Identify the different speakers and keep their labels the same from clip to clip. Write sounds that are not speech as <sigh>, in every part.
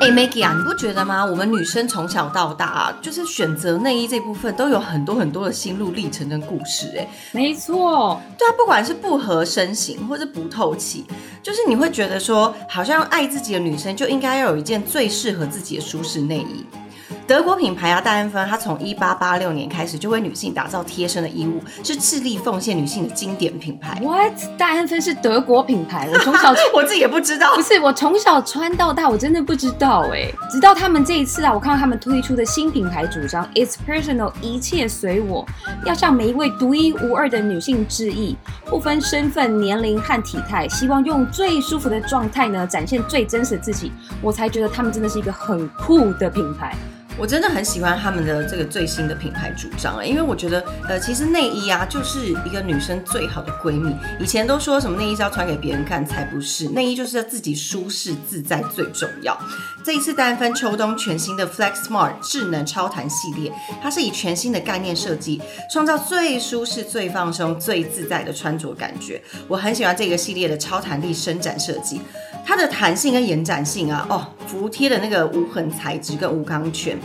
Speaker 1: 哎、m a g g i e 啊，你不觉得吗？我们女生从小到大，啊就是选择内衣这部分，都有很多很多的心路历程跟故事、哎，
Speaker 2: 没错，
Speaker 1: 对啊，不管是不合身形，或是不透气，就是你会觉得说，好像爱自己的女生就应该要有一件最适合自己的舒适内衣。德国品牌啊，戴安芬，它从一八八六年开始就为女性打造贴身的衣物，是致力奉献女性的经典品牌。 <laughs>
Speaker 2: What？戴安芬是德国品牌，我从小 <laughs>
Speaker 1: 我自己也不知道
Speaker 2: 不，是我从小穿到大，我真的不知道哎、直到他们这一次啊，我看到他们推出的新品牌主张 “It's personal”，一切随我，要向每一位独一无二的女性致意，不分身份、年龄和体态，希望用最舒服的状态呢，展现最真实的自己。我才觉得他们真的是一个很酷的品牌。
Speaker 1: 我真的很喜欢他们的这个最新的品牌主张了，因为我觉得，呃，其实内衣啊，就是一个女生最好的闺蜜。以前都说什么内衣是要穿给别人看，才不是，内衣就是要自己舒适自在最重要。这一次单分秋冬全新的 Flex Smart 智能超弹系列，它是以全新的概念设计，创造最舒适、最放松、最自在的穿着感觉。我很喜欢这个系列的超弹力伸展设计，它的弹性跟延展性啊，哦，服帖的那个无痕材质跟无钢圈，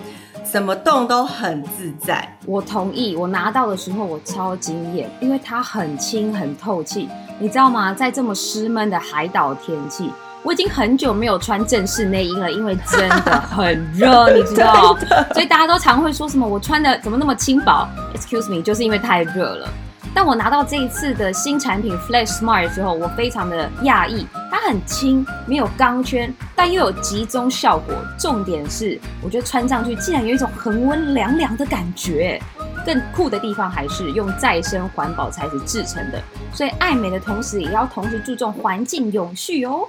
Speaker 1: 怎么动都很自在。
Speaker 2: 我同意，我拿到的时候我超惊艳，因为它很轻很透气，你知道吗？在这么湿闷的海岛天气，我已经很久没有穿正式内衣了，因为真的很热，你知道，所以大家都常会说什么我穿的怎么那么轻薄？Excuse me，就是因为太热了。但我拿到这一次的新产品 Flash Smart 的时候，我非常的讶异，它很轻，没有钢圈，但又有集中效果。重点是，我觉得穿上去竟然有一种恒温凉凉的感觉。更酷的地方还是用再生环保材质制成的，所以爱美的同时也要同时注重环境永续哦。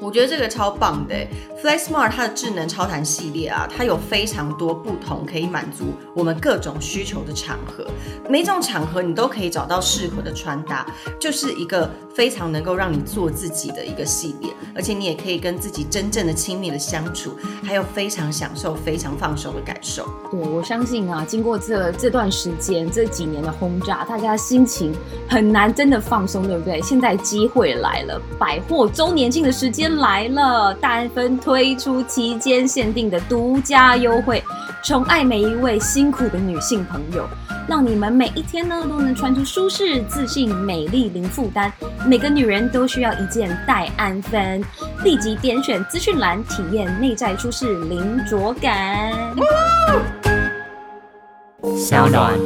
Speaker 1: 我觉得这个超棒的欸，Flex Smart 它的智能超弹系列啊，它有非常多不同可以满足我们各种需求的场合，每种场合你都可以找到适合的穿搭，就是一个非常能够让你做自己的一个系列，而且你也可以跟自己真正的亲密的相处，还有非常享受、非常放松的感受。
Speaker 2: 对，我相信啊，经过这这段时间这几年的轰炸，大家心情很难真的放松，对不对？现在机会来了，百货周年庆的时间来了，大安芬推出期间限定的独家优惠，宠爱每一位辛苦的女性朋友，让你们每一天呢都能穿出舒适、自信、美丽零负担。每个女人都需要一件戴安芬，立即点选资讯栏体验内在舒适零着感。
Speaker 3: 小暖。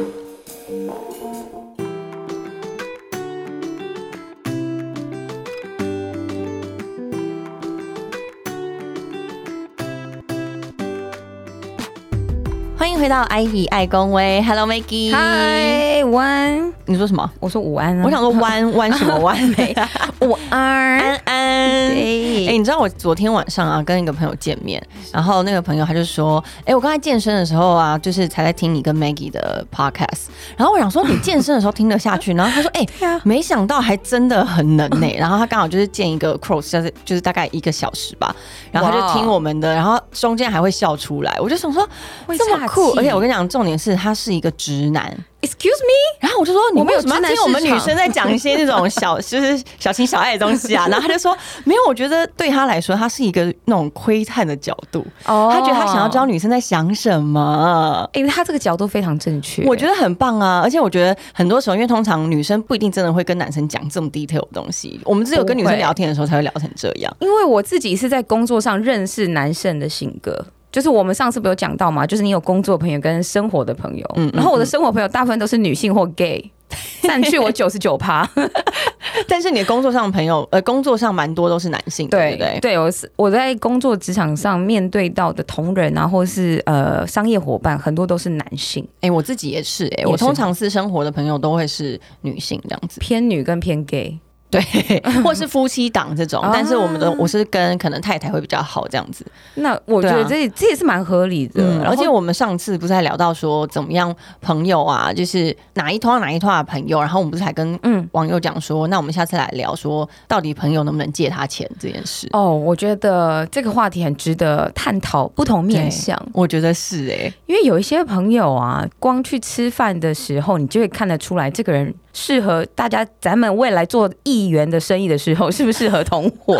Speaker 3: 欢迎回到艾比爱公威，Hello Maggie，，
Speaker 4: 嗨，晚安。
Speaker 3: 你说什么？
Speaker 4: 我说午安啊。
Speaker 3: 我想说弯
Speaker 4: <laughs>
Speaker 3: 弯什么弯
Speaker 1: <laughs>
Speaker 3: 没
Speaker 4: 午安。
Speaker 3: 安安。哎、
Speaker 4: 对，
Speaker 3: 你知道我昨天晚上啊，跟一个朋友见面，然后那个朋友他就说，哎、我刚才健身的时候啊，就是才在听你跟 Maggie 的 podcast，然后我想说你健身的时候听得下去，然后他说，哎、
Speaker 4: <laughs> 对啊
Speaker 3: 没想到还真的很能呢、然后他刚好就是建一个 cross，就是就是大概一个小时吧，然后他
Speaker 4: 哇哦
Speaker 3: 就听我们的，然后中间还会笑出来，我就想说
Speaker 4: 会
Speaker 3: 这么
Speaker 4: 岔
Speaker 3: 酷，
Speaker 4: 气
Speaker 3: 而且我跟你讲，重点是他是一个直男。
Speaker 4: Excuse me，
Speaker 3: 然后我就说，你
Speaker 4: 我们
Speaker 3: 为
Speaker 4: 有
Speaker 3: 什么要
Speaker 4: 直男
Speaker 3: 听我们
Speaker 4: 市
Speaker 3: 女
Speaker 4: 场
Speaker 3: 生在讲一些那种 <laughs> 小，就是小情小爱的东西啊？然后他就说，没有，我觉得对他来说，他是一个那种窥探的角度，
Speaker 4: 哦
Speaker 3: 他觉得他想要知道女生在想什么。
Speaker 4: 哎、他这个角度非常正确。
Speaker 3: 我觉得很棒啊，而且我觉得很多时候，因为通常女生不一定真的会跟男生讲这么 detail 的东西，我们只有跟女
Speaker 4: 不
Speaker 3: 生
Speaker 4: 会
Speaker 3: 聊天的时候才会聊成这样。
Speaker 4: 因为我自己是在工作上认识男生的性格。就是我们上次不有讲到嘛，就是你有工作朋友跟生活的朋友，
Speaker 3: 嗯嗯
Speaker 4: 然后我的生活朋友大部分都是女性或 <laughs> gay，占据我九十九趴。
Speaker 3: 但是你的工作上的朋友，呃，工作上蛮多都是男性的，对
Speaker 4: <laughs> 对
Speaker 3: 不对？
Speaker 4: 对，我是我在工作职场上面对到的同仁啊，或是呃商业伙伴，很多都是男性，
Speaker 3: 哎、我自己也是、哎，
Speaker 4: 是
Speaker 3: 我通常私生活的朋友都会是女性这样子。
Speaker 4: 偏女跟偏 gay。
Speaker 3: <laughs> 对，或是夫妻档这种，
Speaker 4: <laughs> 啊
Speaker 3: 但是我们的我是跟可能太太会比较好这样子，
Speaker 4: 那我觉
Speaker 3: 对
Speaker 4: 得
Speaker 3: 啊
Speaker 4: 这也、这也是蛮合理的，
Speaker 3: 而
Speaker 4: 嗯而且
Speaker 3: 且我们上次不是还聊到说怎么样朋友啊，就是哪一啊团哪一团的朋友，然后我们不是还跟
Speaker 4: 嗯。
Speaker 3: 网友讲说，那我们下次来聊说到底朋友能不能借他钱这件事。
Speaker 4: 哦，我觉得这个话题很值得探讨不同面向，
Speaker 3: 我觉得是哎、
Speaker 4: 因为有一些朋友啊，光去吃饭的时候，你就会看得出来这个人适合大家咱们 <laughs> 未来做议员的生意的时候，适不适合同伙。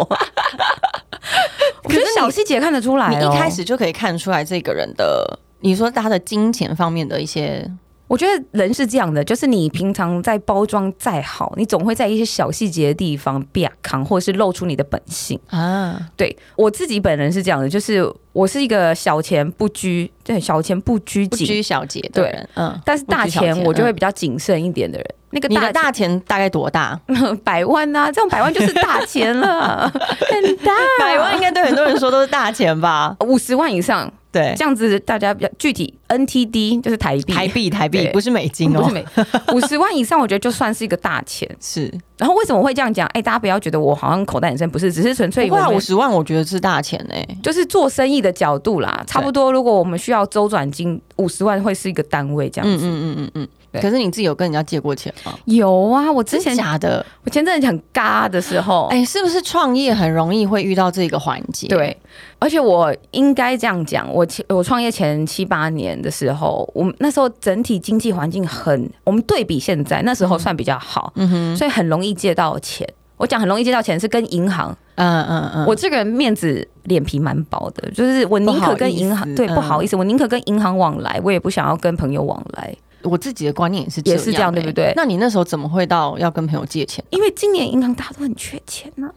Speaker 4: 我觉得
Speaker 3: 可是
Speaker 4: 小细节看得出来、
Speaker 3: 你
Speaker 4: 哦。
Speaker 3: 一开始就可以看出来这个人的，你说他的金钱方面的一些，
Speaker 4: 我觉得人是这样的，就是你平常在包装再好，你总会在一些小细节的地方变扛，或者是露出你的本性。
Speaker 3: 啊，
Speaker 4: 对我自己本人是这样的，就是我是一个小钱不拘，对小钱不拘
Speaker 3: 不
Speaker 4: 谨，
Speaker 3: 拘小节的
Speaker 4: 对
Speaker 3: 人，嗯。
Speaker 4: 但是
Speaker 3: 不
Speaker 4: 大
Speaker 3: 拘小
Speaker 4: 钱
Speaker 3: 钱
Speaker 4: 我就会
Speaker 3: 嗯
Speaker 4: 比较谨慎一点的人。那个
Speaker 3: 你
Speaker 4: 大
Speaker 3: 的
Speaker 4: 大
Speaker 3: 大钱大概多
Speaker 4: <laughs>
Speaker 3: 大？
Speaker 4: 百万呐、这种百万就是大
Speaker 3: <laughs>
Speaker 4: 钱了，很大，
Speaker 3: 百万应该对很多人说都是大钱吧？
Speaker 4: 五十万以上，
Speaker 3: 对，
Speaker 4: 这样子大家比较具体。NTD 就是台币，
Speaker 3: 台
Speaker 4: <laughs>
Speaker 3: 币台币
Speaker 4: 对
Speaker 3: 不是美金
Speaker 4: 不
Speaker 3: 哦
Speaker 4: 是，每五十万以上，我觉得就算是一个大钱。
Speaker 3: 是
Speaker 4: 然后为什么会这样讲？哎、大家不要觉得我好像口袋很深，不是，只是纯粹
Speaker 3: 不会啊，
Speaker 4: 我
Speaker 3: 五
Speaker 4: 们
Speaker 3: 十万我觉得是大钱哎、
Speaker 4: 就是做生意的角度啦，差不多。如果我们需要周转金，五十万会是一个单位这
Speaker 3: 嗯
Speaker 4: 样子。
Speaker 3: 嗯嗯嗯嗯。
Speaker 4: 对
Speaker 3: 可是你自己有跟人家借过钱吗？
Speaker 4: 有啊，我之前
Speaker 3: 真假的？
Speaker 4: 我前阵子很嘎的时候，
Speaker 3: 哎、是不是创业很容易会遇到这个环节？，
Speaker 4: 对，而且我应该这样讲，我前我创业前七八年的时候，我们那时候整体经济环境很，我们对比现在那时候算比较好，
Speaker 3: 嗯哼，
Speaker 4: 所以很容易借到钱。我讲很容易借到钱是跟银行，
Speaker 3: 嗯嗯嗯，
Speaker 4: 我这个人面子脸皮蛮薄的，就是我宁可跟银
Speaker 3: 不好意
Speaker 4: 行
Speaker 3: 思
Speaker 4: 对
Speaker 3: 嗯
Speaker 4: 不好意思，我宁可跟银行往来，我也不想要跟朋友往来，
Speaker 3: 我自己的观念也是
Speaker 4: 也是这样
Speaker 3: 欸
Speaker 4: 对不对
Speaker 3: 那你那时候怎么会到要跟朋友借
Speaker 4: <laughs>
Speaker 3: 钱？
Speaker 4: 因为今年银行大家都很缺钱呐、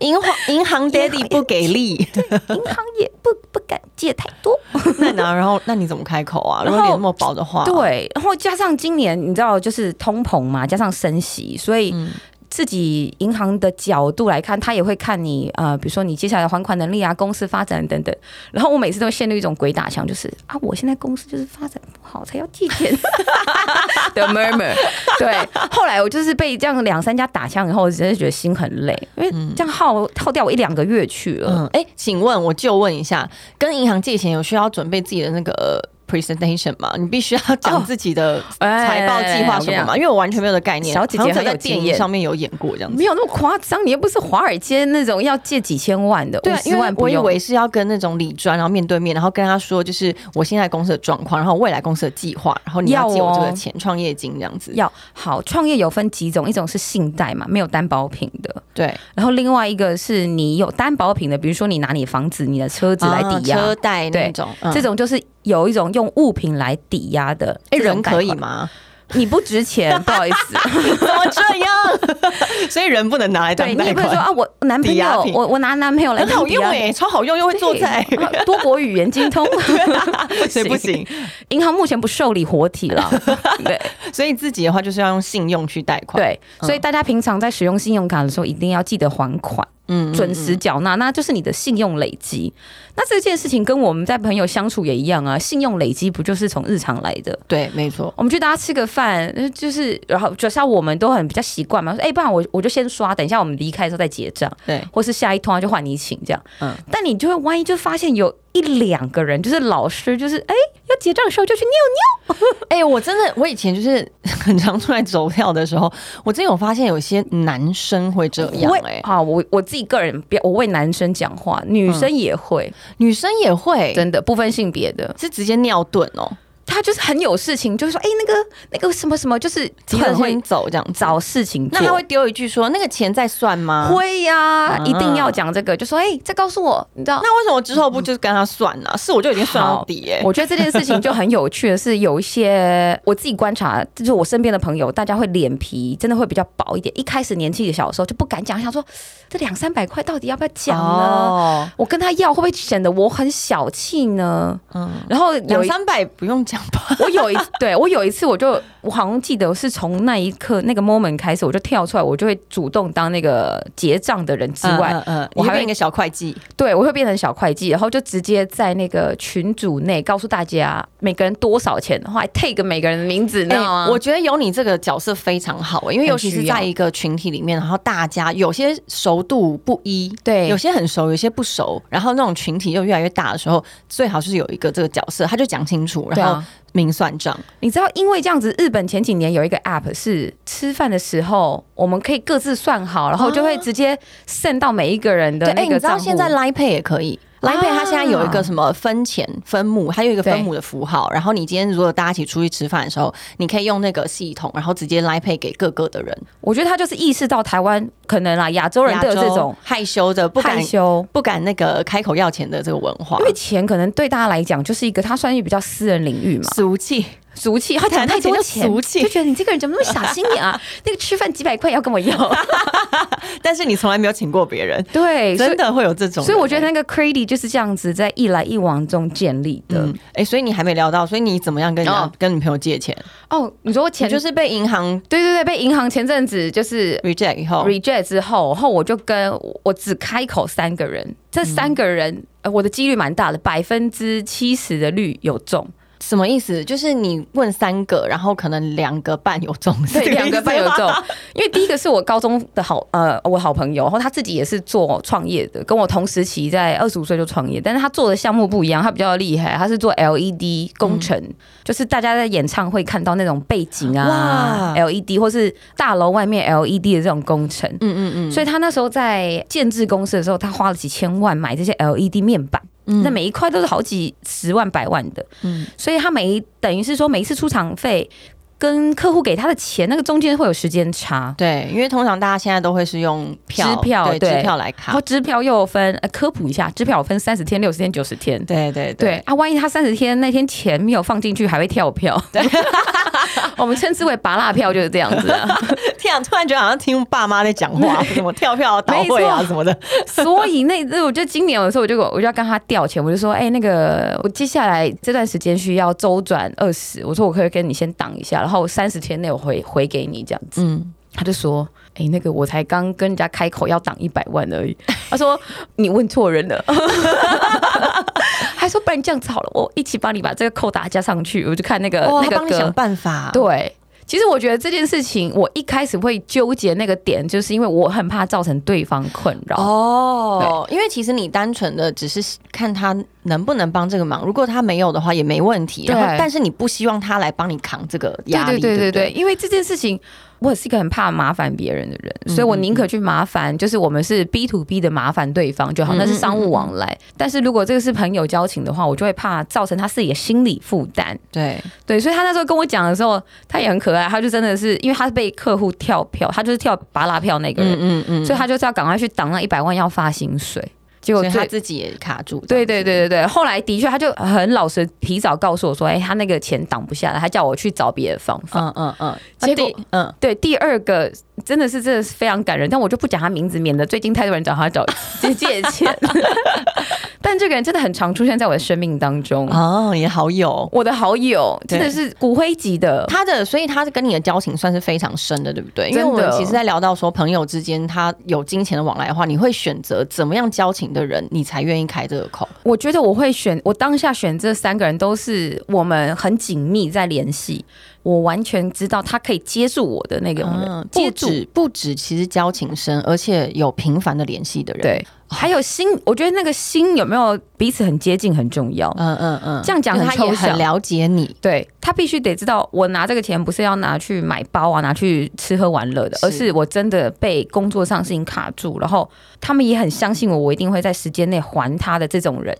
Speaker 3: 银行银行 daddy 不给 <laughs> 力，
Speaker 4: 银行也不不敢借太多。
Speaker 3: 那然后然后那你怎么开口啊？
Speaker 4: 然
Speaker 3: 如
Speaker 4: 后
Speaker 3: 果脸那么薄的话，，
Speaker 4: 对，然后加上今年你知道就是通膨嘛，加上升息，所以
Speaker 3: 嗯
Speaker 4: 自己银行的角度来看，他也会看你呃，比如说你接下来的还款能力啊，公司发展等等。然后我每次都会陷入一种鬼打墙，就是啊，我现在公司就是发展不好才要借
Speaker 3: <laughs>
Speaker 4: 钱的 murmur。对，后来我就是被这样两三家打枪以后，我真的觉得心很累，因为这样耗耗掉我一两个月去了。
Speaker 3: 嗯，哎、请问我就问一下，跟银行借钱有需要准备自己的那个呃 presentation 吗？你必须要讲自己的财报计划什么吗？因为哎我完全没有的概念，
Speaker 4: 小姐姐
Speaker 3: 好像只有
Speaker 4: 很有
Speaker 3: 在电
Speaker 4: 经
Speaker 3: 影
Speaker 4: 验
Speaker 3: 上面有演过这样子。
Speaker 4: 没有那么夸张，你又不是华尔街那种要借几千万的，
Speaker 3: 对啊，
Speaker 4: 50
Speaker 3: 因为
Speaker 4: 万不
Speaker 3: 我以
Speaker 4: 用
Speaker 3: 为是要跟那种理专，然后面对面，然后跟他说，就是我现在公司的状况，然后未来公司的计划，然后你要
Speaker 4: 要
Speaker 3: 借我这个
Speaker 4: 哦
Speaker 3: 钱，创业金这样子。
Speaker 4: 要好，创业有分几种，一种是信贷嘛，没有担保品的，
Speaker 3: 对，
Speaker 4: 然后另外一个是你有担保品的，比如说你拿你房子、你的车子来抵押，
Speaker 3: 啊车贷那
Speaker 4: 对
Speaker 3: 种，嗯
Speaker 4: 这种就是有一种用物品来抵押的。
Speaker 3: 哎，
Speaker 4: 这种
Speaker 3: 人
Speaker 4: 贷
Speaker 3: 可以
Speaker 4: 款？
Speaker 3: 吗？
Speaker 4: 你不值钱，不好
Speaker 3: <laughs>
Speaker 4: 意思，
Speaker 3: 怎么这 <laughs> 样？所以人不能拿哦来
Speaker 4: 对
Speaker 3: 当
Speaker 4: 你也
Speaker 3: 贷
Speaker 4: 不会说
Speaker 3: 款，
Speaker 4: 啊，我男朋
Speaker 3: 抵押
Speaker 4: 友，
Speaker 3: 品
Speaker 4: 我我拿男朋友来
Speaker 3: 很好
Speaker 4: 抵
Speaker 3: 用
Speaker 4: 押。
Speaker 3: 哎，超好用，又会做
Speaker 4: 对
Speaker 3: 菜，
Speaker 4: 啊 <laughs> 多国语言
Speaker 3: <laughs>
Speaker 4: 精通，
Speaker 3: 所以不行。
Speaker 4: 银行目前不受理活体了，对
Speaker 3: <laughs> 所以自己的话就是要用信用去贷款，，
Speaker 4: 对，所以大家平常在使用信用卡的时候，一定要记得还款。
Speaker 3: 嗯
Speaker 4: 准时缴纳，那就是你的信用累积。那这件事情跟我们在朋友相处也一样啊，信用累积不就是从日常来的？
Speaker 3: 对，没错，
Speaker 4: 我们去大家吃个饭，呃就是然后就像我们都很比较习惯嘛，说哎、不然我我就先刷，等一下我们离开的时候再结账，
Speaker 3: 对，
Speaker 4: 或是下一通啊就换你请这样。
Speaker 3: 嗯
Speaker 4: 嗯，但你就会万一就发现有一两个人，就是老师，就是哎、要结账的时候就去尿
Speaker 3: 哎、我真的，我以前就是 <laughs> 很常出来走跳的时候，我真有发现有些男生会这样、
Speaker 4: 尿，
Speaker 3: 哎，
Speaker 4: 啊，我我自己个人，别我为男生讲话，女生也会，
Speaker 3: 女生也会，
Speaker 4: 嗯真的不分性别的。
Speaker 3: 是直接尿遁哦，
Speaker 4: 他就是很有事情，就是说，哎、那个那个什么什么，就是
Speaker 3: 急着
Speaker 4: 很会
Speaker 3: 先走这样子。
Speaker 4: 找事情做。
Speaker 3: 那他会丢一句说：“那个钱再算吗？”。
Speaker 4: 会呀、
Speaker 3: 啊
Speaker 4: 一定要讲这个，就说，哎、再告诉我，你知道。
Speaker 3: 那为什么之后不就是跟他算呢、是我就已经算到
Speaker 4: 好
Speaker 3: 底哎、
Speaker 4: <laughs> 我觉得这件事情就很有趣的是，有一些我自己观察，就是我身边的朋友，大家会脸皮真的会比较薄一点。一开始年纪小的时候就不敢讲，想说这两三百块到底要不要讲呢？
Speaker 3: 哦，
Speaker 4: 我跟他要会不会显得我很小气呢？
Speaker 3: 嗯，
Speaker 4: 然后有
Speaker 3: 两
Speaker 4: 一
Speaker 3: 三百不用讲吧？
Speaker 4: <laughs> 我有一对我有一次，我就我好像记得我是从那一刻那个 moment 开始，我就跳出来，我就会主动当那个结账的人之外，
Speaker 3: 嗯，嗯嗯
Speaker 4: 我
Speaker 3: 我
Speaker 4: 还
Speaker 3: 还
Speaker 4: 会
Speaker 3: 有一个小会计，
Speaker 4: 对我会变成小会计，然后就直接在那个群组内告诉大家每个人多少钱，然后还 take 每个人的名字，你知道吗？
Speaker 3: 哎我觉得有你这个角色非常好、因为尤其是
Speaker 4: 很需要
Speaker 3: 在一个群体里面，然后大家有些熟度不一，
Speaker 4: 对
Speaker 3: 有些很熟，有些不熟，然后那种群体又越来越大的时候，最好就是有一个这个角色，他就讲清楚，
Speaker 4: 对
Speaker 3: 然后
Speaker 4: 啊
Speaker 3: 明算账。
Speaker 4: 你知道，因为这样子，日本前几年有一个
Speaker 3: 啊
Speaker 4: app 是吃饭的时候我们可以各自算好，然后就会直接 send 到每一个人的
Speaker 3: 哎、
Speaker 4: 那
Speaker 3: 你
Speaker 4: 个
Speaker 3: 知道
Speaker 4: 账户。啊
Speaker 3: 现在 Line Pay 也可以，来配它现在有一个什么分钱分母，它有一个分母的符号。然后你今天如果大家一起出去吃饭的时候，你可以用那个系统，然后直接来配给各个的人。
Speaker 4: 我觉得他就是意识到台湾可能啊啦，亚洲人都有这
Speaker 3: 亚
Speaker 4: 种
Speaker 3: 洲害羞的，不敢
Speaker 4: 害羞，
Speaker 3: 不敢那个开口要钱的这个文化
Speaker 4: 因，为钱可能对大家来讲就是一个，它算是比较私人领域嘛，
Speaker 3: 俗气。
Speaker 4: <laughs> 俗气，他讲
Speaker 3: 讲
Speaker 4: 太
Speaker 3: 太
Speaker 4: 多
Speaker 3: 多
Speaker 4: 钱，
Speaker 3: 钱
Speaker 4: 就觉得你这个人怎么那么小心眼 <laughs> 啊？那个吃饭几百块也要跟我要， <laughs>
Speaker 3: 但是你从来没有请过别人，
Speaker 4: 对，所以
Speaker 3: 真。的会有这种人欸。
Speaker 4: 所以我觉得那个 Crady 就是这样子，在一来一往中建立的。
Speaker 3: 嗯，哎、所以你还没聊到，所以你怎么样跟你、
Speaker 4: 哦
Speaker 3: 跟你朋友借钱？
Speaker 4: 哦，你说我前
Speaker 3: 你就是被银行
Speaker 4: 对对对，被银行前阵子就是
Speaker 3: reject 以后，
Speaker 4: reject 之后，后我就跟我只开口三个人，这三个人、呃我的几率蛮大的，百分之七十的率有中。
Speaker 3: 什么意思？就是你问三个，然后可能两个半有中，是
Speaker 4: <laughs> 对，
Speaker 3: 这意思
Speaker 4: 两个半有
Speaker 3: 吗
Speaker 4: 中。因为第一个是我高中的好呃，我好朋友，然后他自己也是做创业的，跟我同时期在二十五岁就创业，但是他做的项目不一样，他比较厉害，他是做 LED 工程，
Speaker 3: 嗯
Speaker 4: 就是大家在演唱会看到那种背景啊，LED 或是大楼外面 LED 的这种工程。
Speaker 3: 嗯嗯嗯，
Speaker 4: 所以他那时候在建制公司的时候，他花了几千万买这些 LED 面板，那每一块都是好几十万、百万的。
Speaker 3: 嗯
Speaker 4: 所以他每一等于是说每一次出场费跟客户给他的钱，那个中间会有时间差。
Speaker 3: 对，因为通常大家现在都会是用票、
Speaker 4: 支票
Speaker 3: 对
Speaker 4: 对
Speaker 3: 支票来
Speaker 4: 然
Speaker 3: 卡
Speaker 4: 后，支票又有分，呃，科普一下，支票有分三十天、六十天、九十天。
Speaker 3: 对对
Speaker 4: 对啊，万一他三十天那天钱没有放进去，还会跳票。对， <laughs> 我们称之为拔蜡票就是这样子、啊。
Speaker 3: 天啊，突然觉得好像听爸妈在讲
Speaker 4: <laughs>
Speaker 3: 话，什么跳票啊、倒会啊
Speaker 4: 没错
Speaker 3: 什么的，
Speaker 4: 所以那那我就今年有的时候我就我就要跟他调钱，我就说，哎、那个我接下来这段时间需要周转二十，我说我可以跟你先挡一下，然后三十天内我回回给你这样子。
Speaker 3: 嗯，
Speaker 4: 他就说，哎、那个我才刚跟人家开口要挡一百
Speaker 3: <laughs>
Speaker 4: 万而已，他说你问错人了。 <laughs> 还说不然这样子好了，我一起帮你把这个扣打加上去。我就看那个
Speaker 3: 哇，
Speaker 4: 呃那
Speaker 3: 他
Speaker 4: 个
Speaker 3: 帮你
Speaker 4: 歌
Speaker 3: 想办法，啊
Speaker 4: 对，其实我觉得这件事情，我一开始会纠结那个点，就是因为我很怕造成对方困扰。
Speaker 3: 哦，因为其实你单纯的只是看他能不能帮这个忙，如果他没有的话也没问题。然后
Speaker 4: 对，
Speaker 3: 但是你不希望他来帮你扛这个压
Speaker 4: 对
Speaker 3: 力，
Speaker 4: 对
Speaker 3: 对
Speaker 4: 对
Speaker 3: 不
Speaker 4: 对，因为这件事情，我是一个很怕麻烦别人的人，
Speaker 3: 嗯
Speaker 4: 所以我宁可去麻烦，就是我们是 B to B 的麻烦对方就好，
Speaker 3: 嗯
Speaker 4: 那是商务往来。但是如果这个是朋友交情的话，我就会怕造成他自己的心理负担。
Speaker 3: 对，
Speaker 4: 对，所以他那时候跟我讲的时候，他也很可爱，他就真的是因为他是被客户跳票，他就是跳拔拉票那个人，
Speaker 3: 嗯嗯嗯，
Speaker 4: 所以他就是要赶快去挡那一百万要发薪水，结果
Speaker 3: 所以他
Speaker 4: 最。
Speaker 3: 自己也卡住。
Speaker 4: 对对对对对，后来的确他就很老实，提早告诉我说，哎、他那个钱挡不下来，他叫我去找别的方法。
Speaker 3: 嗯，嗯嗯嗯，
Speaker 4: 结果
Speaker 3: 啊第嗯，
Speaker 4: 对，第二个真的是真的是非常感人，但我就不讲他名字，免得最近太多人找他
Speaker 3: <laughs>
Speaker 4: 找借借钱。但这个人真的很常出现在我的生命当中，
Speaker 3: 哦，你的好友。
Speaker 4: 我的好友真的是骨灰级的。
Speaker 3: 他的，所以他跟你的交情算是非常深的，对不对？因为
Speaker 4: 真
Speaker 3: 我
Speaker 4: 的
Speaker 3: 们其实，在聊到说朋友之间他有金钱的往来的话，你会选择怎么样交情的人，你才愿意开这个口？
Speaker 4: 我觉得我会选，我当下选这三个人都是我们很紧密在联系，我完全知道他可以接住我的那种人，
Speaker 3: 嗯，
Speaker 4: 接
Speaker 3: 不
Speaker 4: 住。
Speaker 3: 止不止，其实交情深，而且有频繁的联系的人，
Speaker 4: 对，还有心，我觉得那个心有没有彼此很接近很重要。
Speaker 3: 嗯嗯嗯，
Speaker 4: 这样讲
Speaker 3: 因为
Speaker 4: 很
Speaker 3: 他也
Speaker 4: 抽象
Speaker 3: 很了解你，
Speaker 4: 对他必须得知道，我拿这个钱不是要拿去买包啊，拿去吃喝玩乐的，
Speaker 3: 是
Speaker 4: 而是我真的被工作上事情卡住，然后他们也很相信我，我一定会在时间内还他的这种人，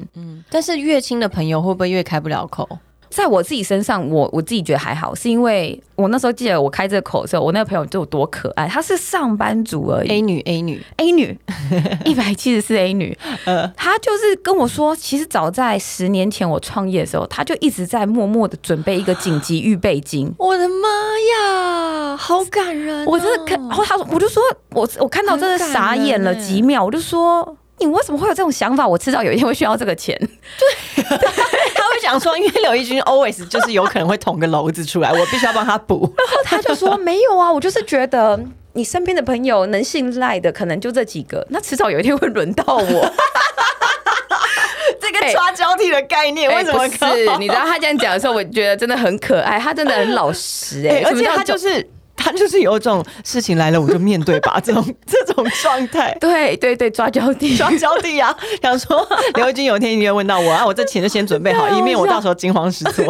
Speaker 3: 但是越亲的朋友会不会越开不了口？
Speaker 4: 在我自己身上，我我自己觉得还好，是因为我那时候记得我开这个口的时候，我那个朋友就有多可爱，她是上班族而已
Speaker 3: A 女 A 女，。
Speaker 4: A 女，一百七十四 A 女，她就是跟我说，其实早在十年前我创业的时候，她就一直在默默的准备一个紧急预备金
Speaker 3: 我的妈呀，好感人哦、
Speaker 4: 我真的 <laughs> 看，然后她说，我就说，我我看到真的傻眼了
Speaker 3: 很感人欸
Speaker 4: 几秒，我就说，你为什么会有这种想法？我迟早有一天会需要这个 <laughs> 钱。
Speaker 3: 他会想说，因为刘奕君 always 就是有可能会捅个篓子出来，我必须要帮他
Speaker 4: <laughs>
Speaker 3: 补。
Speaker 4: 然后她就说，没有啊，我就是觉得。你身边的朋友能信赖的，可能就这几个，那迟早有一天会轮到我。
Speaker 3: 这个抓交替的概念，为什么
Speaker 4: 哎不是？你知道他这样讲的时候，我觉得真的很可爱，他真的很老实哎、
Speaker 3: 哎而
Speaker 4: 什么
Speaker 3: 且
Speaker 4: 叫
Speaker 3: 他就是他就是有一种事情来了我就面对吧，这种这种状态。
Speaker 4: 对对对，抓交替。
Speaker 3: 抓交替啊！ <laughs> 想说刘奕君有一天一定会问到我啊，我这钱就先准备好，以免我到时候惊慌失措。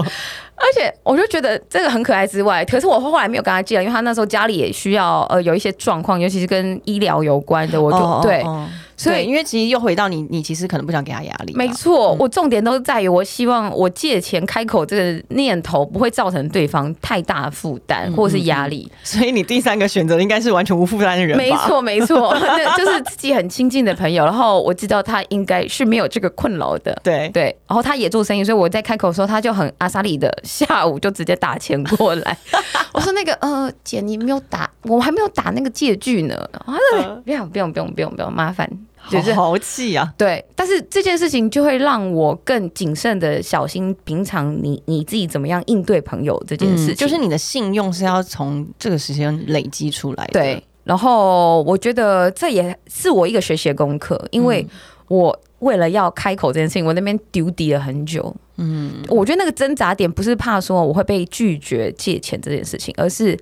Speaker 4: 而且我就觉得这个很可爱之外，可是我后来没有跟他借了，因为他那时候家里也需要呃有一些状况，尤其是跟医疗有关的，我就、
Speaker 3: 哦哦
Speaker 4: 对，
Speaker 3: 哦
Speaker 4: 所
Speaker 3: 对
Speaker 4: 以
Speaker 3: 因为其实又回到你，你其实可能不想给他压力啊，
Speaker 4: 没错，我重点都是在于，我希望我借钱开口这个念头不会造成对方太大的负
Speaker 3: 嗯
Speaker 4: 担或是压力。
Speaker 3: 所以你第三个选择应该是完全无负担的人吧，
Speaker 4: 没错，没错，
Speaker 3: <laughs>
Speaker 4: <laughs> 那就是自己很亲近的朋友，然后我知道他应该是没有这个困扰的。
Speaker 3: 对。
Speaker 4: 对，然后他也做生意，所以我在开口的时候，他就很阿莎里的下午就直接打钱过来。 <laughs> 我说那个呃姐，你没有打，我还没有打那个借据呢。然后他说 <laughs> 不要不用不用不用不用，麻烦，就是
Speaker 3: 嗯好豪气啊！
Speaker 4: 对，但是这件事情就会让我更谨慎的小心，平常你你自己怎么样应对朋友这件事情，
Speaker 3: 嗯就是你的信用是要从这个时间累积出来的。
Speaker 4: 对。然后我觉得这也是我一个学习的功课，因为我为了要开口这件事情，我那边丢底了很久。嗯，我觉得那个挣扎点不是怕说我会被拒绝借钱这件事情，而是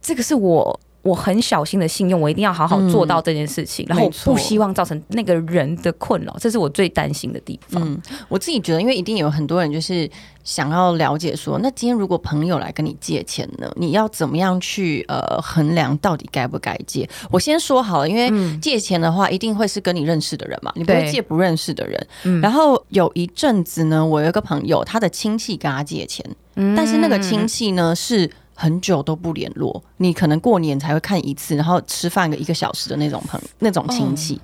Speaker 4: 这个是我。我很小心的信用，我一定要好好做到这件事情，然后我
Speaker 3: 没错
Speaker 4: 不希望造成那个人的困扰，这是我最担心的地方。
Speaker 3: 我自己觉得，因为一定有很多人就是想要了解说，那今天如果朋友来跟你借钱呢，你要怎么样去呃衡量到底该不该借？我先说好了，因为借钱的话，一定会是跟你认识的人嘛，你不会
Speaker 4: 对
Speaker 3: 借不认识的人。然后有一阵子呢，我有一个朋友，他的亲戚跟他借钱，但是那个亲戚呢是。很久都不联络，你可能过年才会看一次，然后吃饭个一个小时的那种朋那种亲戚。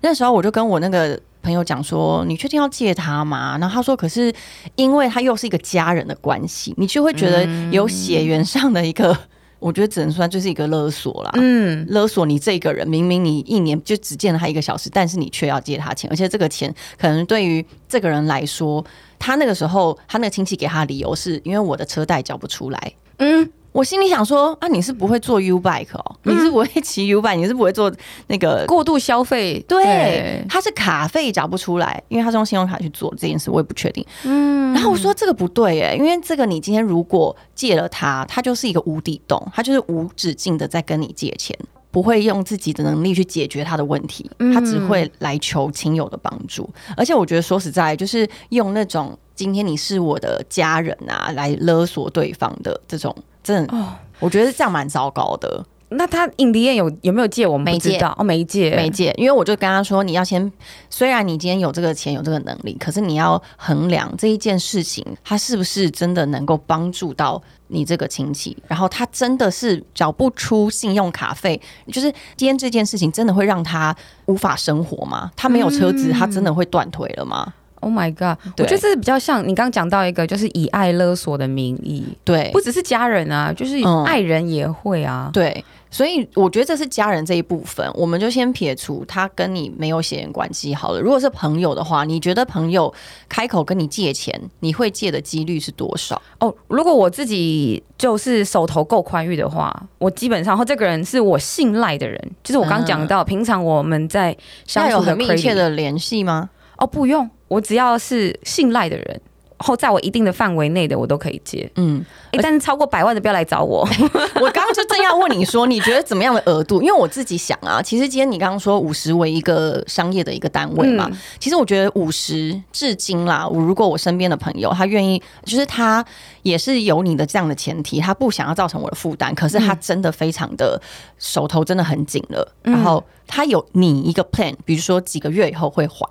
Speaker 3: 那时候我就跟我那个朋友讲说：“你确定要借他吗？”然后他说：“可是因为他又是一个家人的关系，你就会觉得
Speaker 4: 嗯
Speaker 3: 有血缘上的一个， <laughs> 我觉得只能算就是一个勒索啦。”
Speaker 4: 嗯，
Speaker 3: 勒索你这个人，明明你一年就只见了他一个小时，但是你却要借他钱，而且这个钱可能对于这个人来说，他那个时候他那个亲戚给他的理由是因为我的车贷缴不出来。
Speaker 4: 嗯，
Speaker 3: 我心里想说啊，你是不会坐 U bike 哦，你
Speaker 4: 嗯
Speaker 3: 是不会骑 U bike，你是不会坐那个
Speaker 4: 过度消费，
Speaker 3: 对，，他是卡费找不出来，因为他是用信用卡去做这件事，我也不确定。嗯，然后我说这个不对耶，因为这个你今天如果借了他，他就是一个无底洞，他就是无止境的在跟你借钱，不会用自己的能力去解决他的问题，他只会来求亲友的帮助。而且我觉得说实在，就是用那种今天你是我的家人啊，来勒索对方的这种，真的，我觉得这样蛮糟糕的。
Speaker 4: 那他印迪燕有有没有借我们
Speaker 3: 没
Speaker 4: 不
Speaker 3: 借
Speaker 4: 知道哦，没借，
Speaker 3: 媒介，因为我就跟他说，你要先，虽然你今天有这个钱有这个能力，可是你要衡量这一件事情，它是不是真的能够帮助到你这个亲戚，然后他真的是缴不出信用卡费，就是今天这件事情真的会让他无法生活吗？他没有车子，他真的会断腿了吗？
Speaker 4: Oh my god！
Speaker 3: 对
Speaker 4: 我觉得这是比较像你刚刚讲到一个，就是以爱勒索的名义，
Speaker 3: 对
Speaker 4: 不，只是家人啊，就是
Speaker 3: 嗯
Speaker 4: 爱人也会啊。
Speaker 3: 对，所以我觉得这是家人这一部分，我们就先撇除他跟你没有血缘关系好了。如果是朋友的话，你觉得朋友开口跟你借钱，你会借的几率是多少？
Speaker 4: 哦，如果我自己就是手头够宽裕的话，我基本上，哦或这个人是我信赖的人，就是我刚刚讲
Speaker 3: 嗯
Speaker 4: 到，平常我们在相
Speaker 3: 要有
Speaker 4: 处的
Speaker 3: 很密
Speaker 4: credit
Speaker 3: 切的联系吗？
Speaker 4: 哦，不用，我只要是信赖的人，然后在我一定的范围内的，我都可以接。
Speaker 3: 嗯，
Speaker 4: 诶但是超过百万的不要来找我。
Speaker 3: 我刚刚就正要问你说，你觉得怎么样的额度？因为我自己想啊，其实今天你刚刚说五十为一个商业的一个单位嘛，
Speaker 4: 嗯
Speaker 3: 其实我觉得五十至今啦，我如果我身边的朋友他愿意，就是他也是有你的这样的前提，他不想要造成我的负担，可是
Speaker 4: 嗯
Speaker 3: 他真的非常的手头真的很紧了，然后他有你一个 plan，比如说几个月以后会还。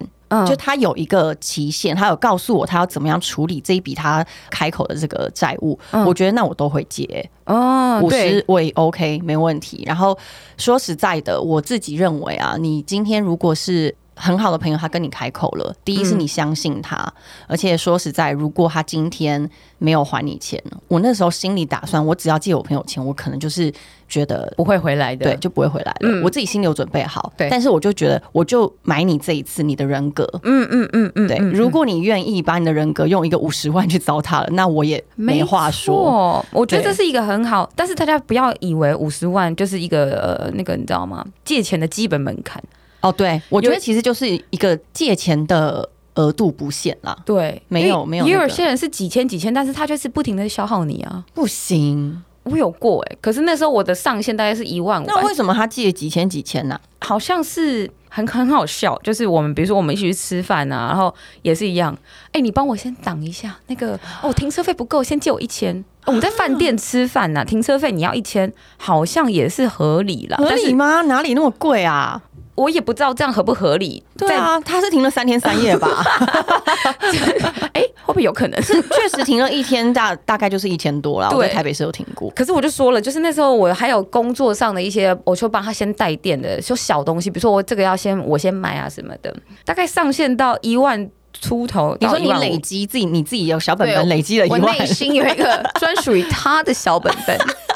Speaker 3: <laughs>
Speaker 4: 嗯
Speaker 3: 就他有一个期限，他有告诉我他要怎么样处理这一笔他开口的这个债务，
Speaker 4: 嗯
Speaker 3: 我觉得那我都会接、
Speaker 4: 哦，
Speaker 3: 五
Speaker 4: 对
Speaker 3: 十我也 OK 没问题。然后说实在的，我自己认为啊，你今天如果是很好的朋友，他跟你开口了，第一是
Speaker 4: 嗯
Speaker 3: 你相信他，而且说实在，如果他今天没有还你钱，我那时候心里打算，我只要借我朋友钱，我可能就是觉得。
Speaker 4: 不会回来的。
Speaker 3: 对，就不会回来了。
Speaker 4: 嗯
Speaker 3: 我自己心里有准备好，
Speaker 4: 对
Speaker 3: 但是我就觉得，我就买你这一次你的人格。
Speaker 4: 嗯嗯嗯嗯，
Speaker 3: 对，
Speaker 4: 嗯
Speaker 3: 如果你愿意把你的人格用一个五十万去糟蹋了，那我也没话说。
Speaker 4: 错。我觉得
Speaker 3: 对
Speaker 4: 这是一个很好，但是大家不要以为五十万就是一个呃那个你知道吗？借钱的基本门槛。
Speaker 3: 哦，对，我觉得
Speaker 4: 有
Speaker 3: 其实就是一个借钱的额度不限啦，
Speaker 4: 对，
Speaker 3: 没有
Speaker 4: 因为
Speaker 3: 没有
Speaker 4: 也
Speaker 3: 那
Speaker 4: 有
Speaker 3: 个
Speaker 4: 些人是几千几千，但是他就是不停的消耗你啊。
Speaker 3: 不行。
Speaker 4: 我有过哎、可是那时候我的上限大概是一万五，
Speaker 3: 那为什么他借几千几千呢、
Speaker 4: 好像是很很好笑，就是我们比如说我们一起去吃饭啊，然后也是一样，哎、你帮我先挡一下那个
Speaker 3: 啊
Speaker 4: 哦，停车费不够，先借我一千。哦我们在饭店吃饭啊呐、停车费你要一千，好像也是合理啦，
Speaker 3: 合
Speaker 4: 但是
Speaker 3: 理吗？哪里那么贵啊？
Speaker 4: 我也不知道这样合不合理。
Speaker 3: 对啊，他是停了三天三夜吧？ <laughs>
Speaker 4: 但，哎、会不会有可能？
Speaker 3: 是确实停了一天大，大概就是一千多啦。我在
Speaker 4: 对
Speaker 3: 台北市有停过。
Speaker 4: <laughs> 可是我就说了，就是那时候我还有工作上的一些，我就帮他先带电的，就小东西，比如说我这个要先我先买啊什么的，大概上限到一万出头。
Speaker 3: 你
Speaker 4: 到
Speaker 3: 说你
Speaker 4: 15,000
Speaker 3: 累积自己，你自己有小本
Speaker 4: 对
Speaker 3: 本累积了一
Speaker 4: 我
Speaker 3: 万
Speaker 4: 内，心有一个专属于他的小本本。
Speaker 3: <laughs>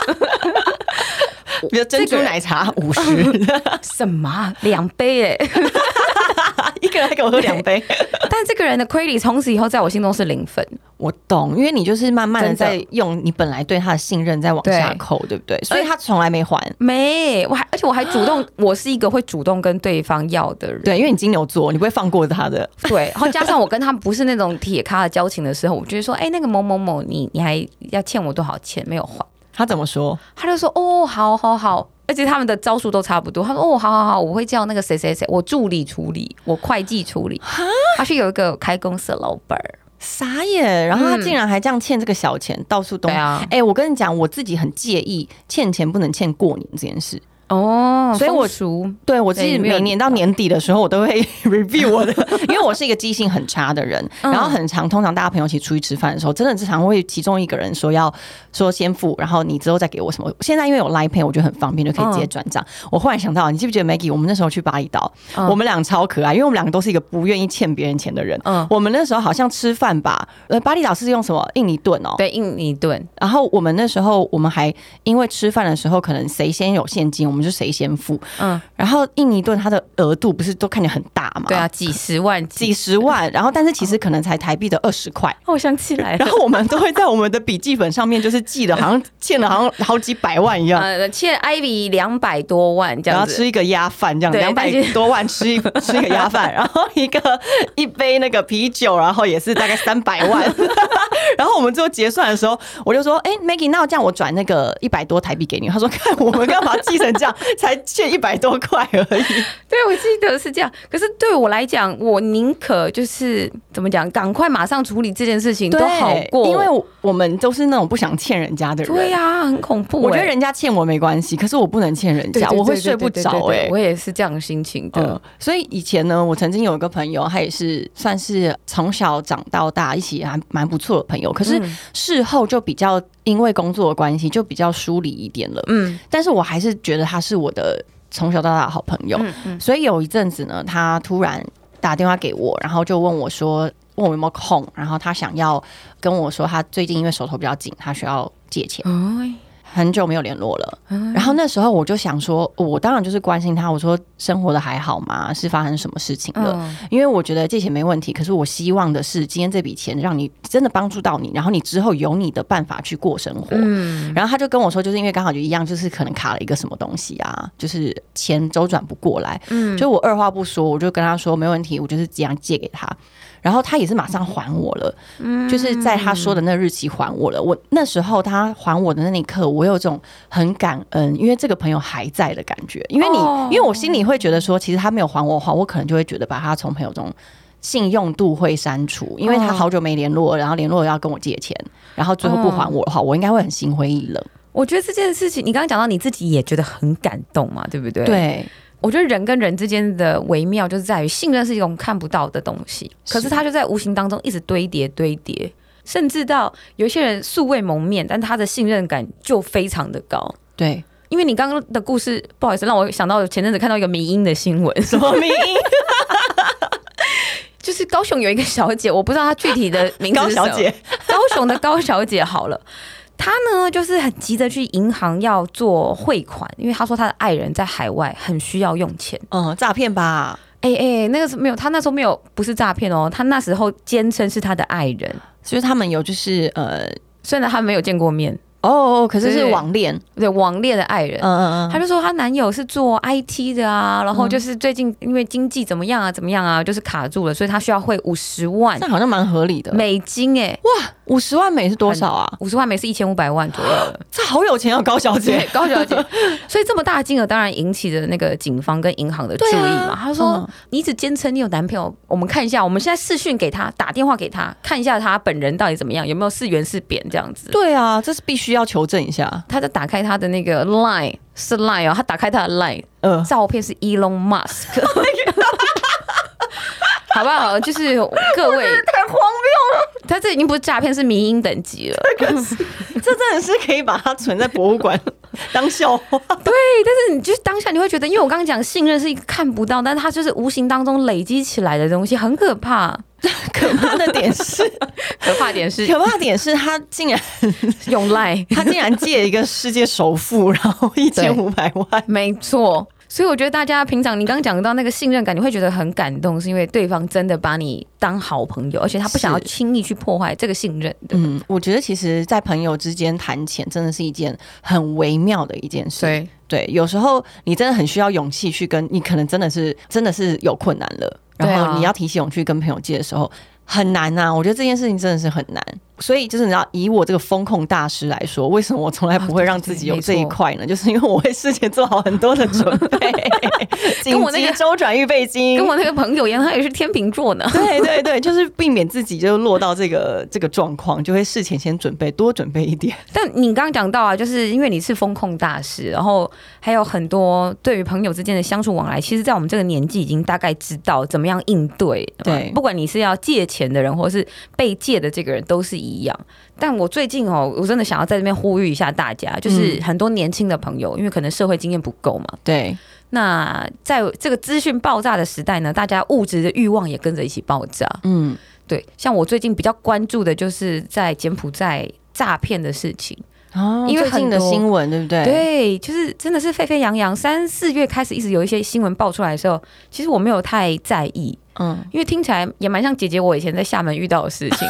Speaker 3: 比如珍珠奶茶五十，
Speaker 4: <laughs>
Speaker 3: <laughs>
Speaker 4: 什么啊两杯哎、
Speaker 3: 一个人还给我喝两杯。
Speaker 4: <laughs> 但这个人的 c r a d y 从此以后在我心中是零分。
Speaker 3: 我懂，因为你就是慢慢的
Speaker 4: 真的
Speaker 3: 在用你本来对他的信任在往下扣，对不对？所以他从来没还。
Speaker 4: 没，我还而且我还主 <gasps> 动，我是一个会主动跟对方要的人。
Speaker 3: 对，因为你金牛座，你不会放过他的。
Speaker 4: <laughs> 对，然后加上我跟他不是那种铁咖的交情的时候，我就会说，哎、那个某某某，你你还要欠我多少钱没有还？
Speaker 3: 他怎么说？
Speaker 4: 他就说，哦，好好好，而且他们的招数都差不多。他说，哦，好好好，我会叫那个谁谁谁，我助理处理，我会计处理。他是有一个开公司的老板儿，
Speaker 3: 傻眼！然后他
Speaker 4: 嗯
Speaker 3: 竟然还这样欠这个小钱，到处都。
Speaker 4: 对啊
Speaker 3: 哎，我跟你讲，我自己很介意欠钱不能欠过年这件事。
Speaker 4: 哦
Speaker 3: 所以我
Speaker 4: 熟，
Speaker 3: 对我自己
Speaker 4: 对没有
Speaker 3: 每年到年底的时候，我都会 <laughs> review 我
Speaker 4: <laughs>
Speaker 3: 的，因为我是一个记性很差的人，
Speaker 4: 嗯
Speaker 3: 然后很常通常大家朋友一起出去吃饭的时候，真的经常会其中一个人说要说先付，然后你之后再给我什么。现在因为有 Line Pay，我觉得很方便，就可以直接转账。
Speaker 4: 嗯
Speaker 3: 我忽然想到，你记不记得 Maggie？我们那时候去巴厘岛，我们俩超可爱，因为我们两个都是一个不愿意欠别人钱的人。
Speaker 4: 嗯
Speaker 3: 我们那时候好像吃饭吧，呃，巴厘岛是用什么印尼盾哦，
Speaker 4: 对，印尼盾，
Speaker 3: 然后我们那时候，我们还因为吃饭的时候，可能谁先有现金，我们就谁先付。嗯
Speaker 4: 嗯，
Speaker 3: 然后印尼盾它的额度不是都看起来很大嘛？
Speaker 4: 对啊，， <laughs> 几十万，
Speaker 3: 几十万，然后但是其实可能才台币的二十块。
Speaker 4: 哦，我想起来
Speaker 3: 然。后我们都会在我们的笔记本上面，就是记得好像欠了好像好几百万一样，
Speaker 4: 呃，欠 Ivy 两百多万这
Speaker 3: 然后
Speaker 4: 样子，
Speaker 3: 吃一个鸭饭这样，
Speaker 4: 对
Speaker 3: 两百
Speaker 4: 但是
Speaker 3: 多万
Speaker 4: <laughs>
Speaker 3: 吃一吃一个鸭饭，然后一个一杯那个啤酒，然后也是大概三百万。 <laughs> 然后我们最后结算的时候，我就说：“哎、m a g g i e 那这样我转那个一百多台币给你。”他说：“看我们干嘛记成这样，才欠一百多块而已。
Speaker 4: 对，我记得是这样。可是对我来讲，我宁可就是怎么讲，赶快马上处理这件事情
Speaker 3: 对”
Speaker 4: 都好过。
Speaker 3: 因为我们都是那种不想欠人家的人。
Speaker 4: 对、呀、很恐怖欸、
Speaker 3: 我觉得人家欠我没关系，可是我不能欠人
Speaker 4: 对
Speaker 3: 家，
Speaker 4: 对对
Speaker 3: 我会
Speaker 4: 对
Speaker 3: 睡不
Speaker 4: 对
Speaker 3: 着、
Speaker 4: 对对对
Speaker 3: 哎，
Speaker 4: 欸我也是这样心情的。
Speaker 3: 嗯，所以以前呢，我曾经有一个朋友，他也是算是从小长到大一起还蛮不错的朋友，可是
Speaker 4: 嗯
Speaker 3: 事后就比较因为工作的关系就比较疏离一点了。
Speaker 4: 嗯
Speaker 3: 但是我还是觉得他是我的从小到大的好朋友，
Speaker 4: 嗯嗯，
Speaker 3: 所以有一阵子呢，他突然打电话给我，然后就问我说，问我有没有空，然后他想要跟我说，他最近因为手头比较紧，他需要借钱。
Speaker 4: 哎，
Speaker 3: 很久没有联络了。
Speaker 4: 嗯
Speaker 3: 然后那时候我就想说，我当然就是关心他，我说生活的还好吗？是发生什么事情了？
Speaker 4: 嗯
Speaker 3: 因为我觉得借钱没问题，可是我希望的是今天这笔钱让你真的帮助到你，然后你之后有你的办法去过生活。
Speaker 4: 嗯，
Speaker 3: 然后他就跟我说，就是因为刚好就一样，就是可能卡了一个什么东西啊，就是钱周转不过来。嗯，就我二话不说，我就跟他说没问题，我就是这样借给他。然后他也是马上还我了，
Speaker 4: 嗯
Speaker 3: 就是在他说的那日期还我了。我那时候他还我的那一刻，我有种很感恩，因为这个朋友还在的感觉。因为你，
Speaker 4: 哦
Speaker 3: 因为我心里会觉得说，其实他没有还我的话，我可能就会觉得把他从朋友中信用度会删除，因为他
Speaker 4: 哦
Speaker 3: 好久没联络了，然后联络要跟我借钱，然后最后不还我的话，我应该会很心灰意冷。
Speaker 4: 我觉得这件事情，你刚刚讲到你自己也觉得很感动嘛，对不对？，
Speaker 3: 对，
Speaker 4: 我觉得人跟人之间的微妙就是在于信任是一种看不到的东西，
Speaker 3: 是
Speaker 4: 可是它就在无形当中一直堆叠堆叠，甚至到有一些人素未谋面，但他的信任感就非常的高。
Speaker 3: <laughs> 对，
Speaker 4: 因为你刚刚的故事，不好意思，让我想到前阵子看到一个迷因的新闻，
Speaker 3: 什么 <laughs> 名？
Speaker 4: 就是高雄有一个小姐，我不知道她具体的名字
Speaker 3: 高
Speaker 4: 是什么
Speaker 3: 小姐，
Speaker 4: <laughs> 高雄的高小姐好了。她呢，就是很急着去银行要做汇款，因为她说她的爱人在海外很需要用钱。
Speaker 3: 嗯，诈骗吧？
Speaker 4: 哎、哎、那个是没有，她那时候没有，不是诈骗哦，她那时候坚称是她的爱人，
Speaker 3: 所以他们有就是呃，
Speaker 4: 虽然她没有见过面，
Speaker 3: 哦，可是是
Speaker 4: 对
Speaker 3: 网恋，
Speaker 4: 对网恋的爱人。
Speaker 3: 嗯嗯
Speaker 4: 她就说她男友是做 IT 的啊，然后就是最近因为经济怎么样啊，怎么样啊，就是卡住了，所以她需要汇五十万
Speaker 3: 这好像蛮合理的。
Speaker 4: 美金哎、哇！
Speaker 3: 五十万美是多少啊？
Speaker 4: 五十万美是一千五百万左
Speaker 3: <gasps>
Speaker 4: 右了。
Speaker 3: 这好有钱啊，高小姐
Speaker 4: 对，。高
Speaker 3: <laughs>
Speaker 4: 小姐，所以这么大的金额当然引起了那个警方跟银行的注意嘛。
Speaker 3: 对啊
Speaker 4: 他说：“
Speaker 3: 嗯
Speaker 4: 你一直坚称你有男朋友，我们看一下，我们现在视讯给他，打电话给他，看一下他本人到底怎么样，有没有是圆是扁这样子。”
Speaker 3: 对啊，这是必须要求证一下。
Speaker 4: 他在打开他的那个 Line 是 Line 哦，他打开他的 Line，
Speaker 3: 呃，
Speaker 4: 照片是 Elon Musk，好不好？就是各位
Speaker 3: 太荒谬，
Speaker 4: 他这已经不是诈骗，是迷因等级了。
Speaker 3: 这真的是可以把它存在博物 <laughs> 馆当笑话。
Speaker 4: 对，但是你就是当下你会觉得，因为我刚刚讲信任是一个看不到，但是它就是无形当中累积起来的东西，很可怕。
Speaker 3: 可怕的点 <laughs> 是，
Speaker 4: 可怕点是 <laughs>
Speaker 3: 可怕的点是他竟然，
Speaker 4: 用赖
Speaker 3: 他竟然借一个世界首富，然后一千五百万。
Speaker 4: 没错。所以我觉得大家平常你刚刚讲到那个信任感，你会觉得很感动，是因为对方真的把你当好朋友，而且他不想要
Speaker 3: 是
Speaker 4: 轻易去破坏这个信任的。
Speaker 3: 嗯，我觉得其实，在朋友之间谈钱，真的是一件很微妙的一件事。
Speaker 4: 对，
Speaker 3: 对，有时候你真的很需要勇气去跟你，可能真的是真的是有困难了，
Speaker 4: 对啊
Speaker 3: 然后你要提起勇气跟朋友借的时候很难呐、我觉得这件事情真的是很难，所以就是你知道，以我这个风控大师来说，为什么我从
Speaker 4: 啊
Speaker 3: 来不会让自己有这一块呢？就是因为我为事前做好很多的准备，紧
Speaker 4: <laughs> 跟我那个
Speaker 3: 急周转预备金，
Speaker 4: 跟我那个朋友一样，他也是天秤座
Speaker 3: <laughs>
Speaker 4: 呢。
Speaker 3: 对对对，就是避免自己就落到这个 <laughs> 这个状况，就会事前先准备，多准备一点。
Speaker 4: 但你刚刚讲到啊，就是因为你是风控大师，然后还有很多对于朋友之间的相处往来，其实，在我们这个年纪已经大概知道怎么样应对。
Speaker 3: 对
Speaker 4: 不管你是要借钱的人，或是被借的这个人，都是一样。但我最近哦，我真的想要在这边呼吁一下大家，就是很多年轻的朋友，因为可能社会经验不够嘛，
Speaker 3: <laughs> 对，
Speaker 4: 那在这个资讯爆炸的时代呢，大家物质的欲望也跟着一起爆炸。
Speaker 3: 嗯，
Speaker 4: 对，像我最近比较关注的就是在柬埔寨诈骗的事情。
Speaker 3: 哦
Speaker 4: 因为
Speaker 3: 最近的
Speaker 4: 很多
Speaker 3: 新闻，对不对？
Speaker 4: 对，就是真的是沸沸扬扬。三四月开始一直有一些新闻爆出来的时候，其实我没有太在意，
Speaker 3: 嗯，
Speaker 4: 因为听起来也蛮像姐姐我以前在厦门遇到的
Speaker 3: <laughs>
Speaker 4: 事情。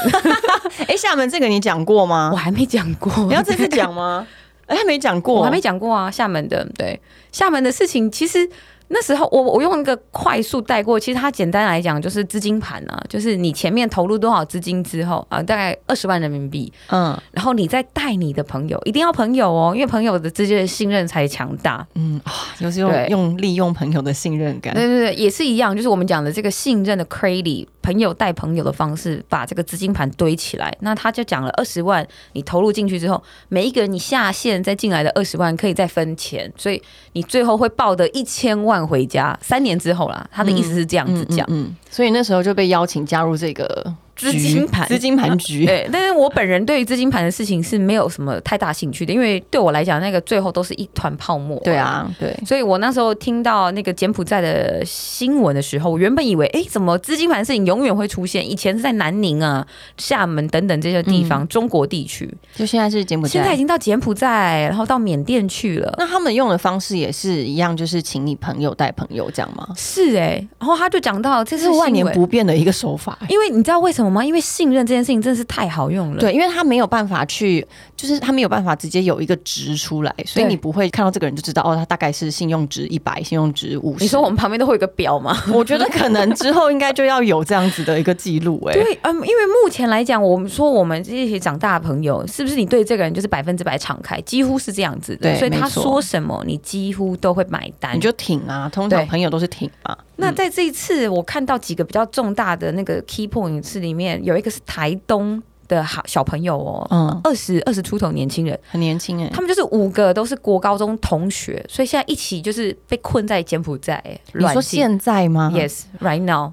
Speaker 3: 哎，厦门这个你讲过吗
Speaker 4: 我？还没讲过，
Speaker 3: 你要这次讲吗？ <laughs> 哎，还没讲过，
Speaker 4: 我还没讲过啊，厦门的对厦门的事情，其实那时候我我用一个快速带过，其实它简单来讲就是资金盘啊，就是你前面投入多少资金之后啊、大概二十万人民币，
Speaker 3: 嗯
Speaker 4: 然后你再带你的朋友，一定要朋友哦，因为朋友的之间的信任才强大。
Speaker 3: 嗯啊，就是用
Speaker 4: 对
Speaker 3: 用利用朋友的信任感，
Speaker 4: 对对对，也是一样，就是我们讲的这个信任的 crazy 朋友带朋友的方式，把这个资金盘堆起来。那他就讲了二十万，你投入进去之后，每一个人你下线再进来的二十万可以再分钱，所以你最后会抱得一千万回家。三年之后啦，他的意思是这样子讲。
Speaker 3: 嗯，所以那时候就被邀请加入这个
Speaker 4: 资
Speaker 3: 局
Speaker 4: 金盘
Speaker 3: 资金盘 <laughs> 局，
Speaker 4: 对，但是我本人对于资金盘的事情是没有什么太大兴趣的，因为对我来讲，那个最后都是一团泡沫。
Speaker 3: 对，啊，对，
Speaker 4: 所以我那时候听到那个柬埔寨的新闻的时候，我原本以为，哎、怎么资金盘的事情永远会出现？以前是在南宁啊、厦门等等这些地方，中国地区，
Speaker 3: 就现在是柬埔
Speaker 4: 现在已
Speaker 3: 寨。
Speaker 4: 经到柬埔寨，然后到缅甸去了。
Speaker 3: 那他们用的方式也是一样，就是请你朋友带朋友这样吗？
Speaker 4: 是哎、然后他就讲到这
Speaker 3: 这
Speaker 4: 是
Speaker 3: 是万年
Speaker 4: 新闻，
Speaker 3: 不变的一个手法、欸
Speaker 4: 因为你知道为什么吗？因为信任这件事情真的是太好用了。
Speaker 3: 对，因为他没有办法去，就是他没有办法直接有一个值出来，所以
Speaker 4: 对
Speaker 3: 你不会看到这个人就知道哦，他大概是信用值一百，信用值五十。
Speaker 4: 你说我们旁边都会有个表吗？
Speaker 3: 我觉得可能之后应该就要有这样子的一个记录、 <laughs> 哎，
Speaker 4: 对，嗯，因为目前来讲，我们说我们一起长大的朋友，是不是你对这个人就是百分之百敞开，几乎是这样子的，
Speaker 3: 对
Speaker 4: 所以他
Speaker 3: 没错
Speaker 4: 说什么你几乎都会买单。
Speaker 3: 你就挺啊，通常
Speaker 4: 对
Speaker 3: 朋友都是挺嘛。
Speaker 4: 那在这一次，我看到几个比较重大的那个 key point 是里面有一个是台东的好小朋友哦，
Speaker 3: 嗯，
Speaker 4: 二十二十出头年轻人，
Speaker 3: 很年轻哎、
Speaker 4: 他们就是五个都是国高中同学，所以现在一起就是被困在柬埔寨。哎
Speaker 3: 你
Speaker 4: 软
Speaker 3: 说
Speaker 4: 禁
Speaker 3: 现啊在吗？
Speaker 4: yes right now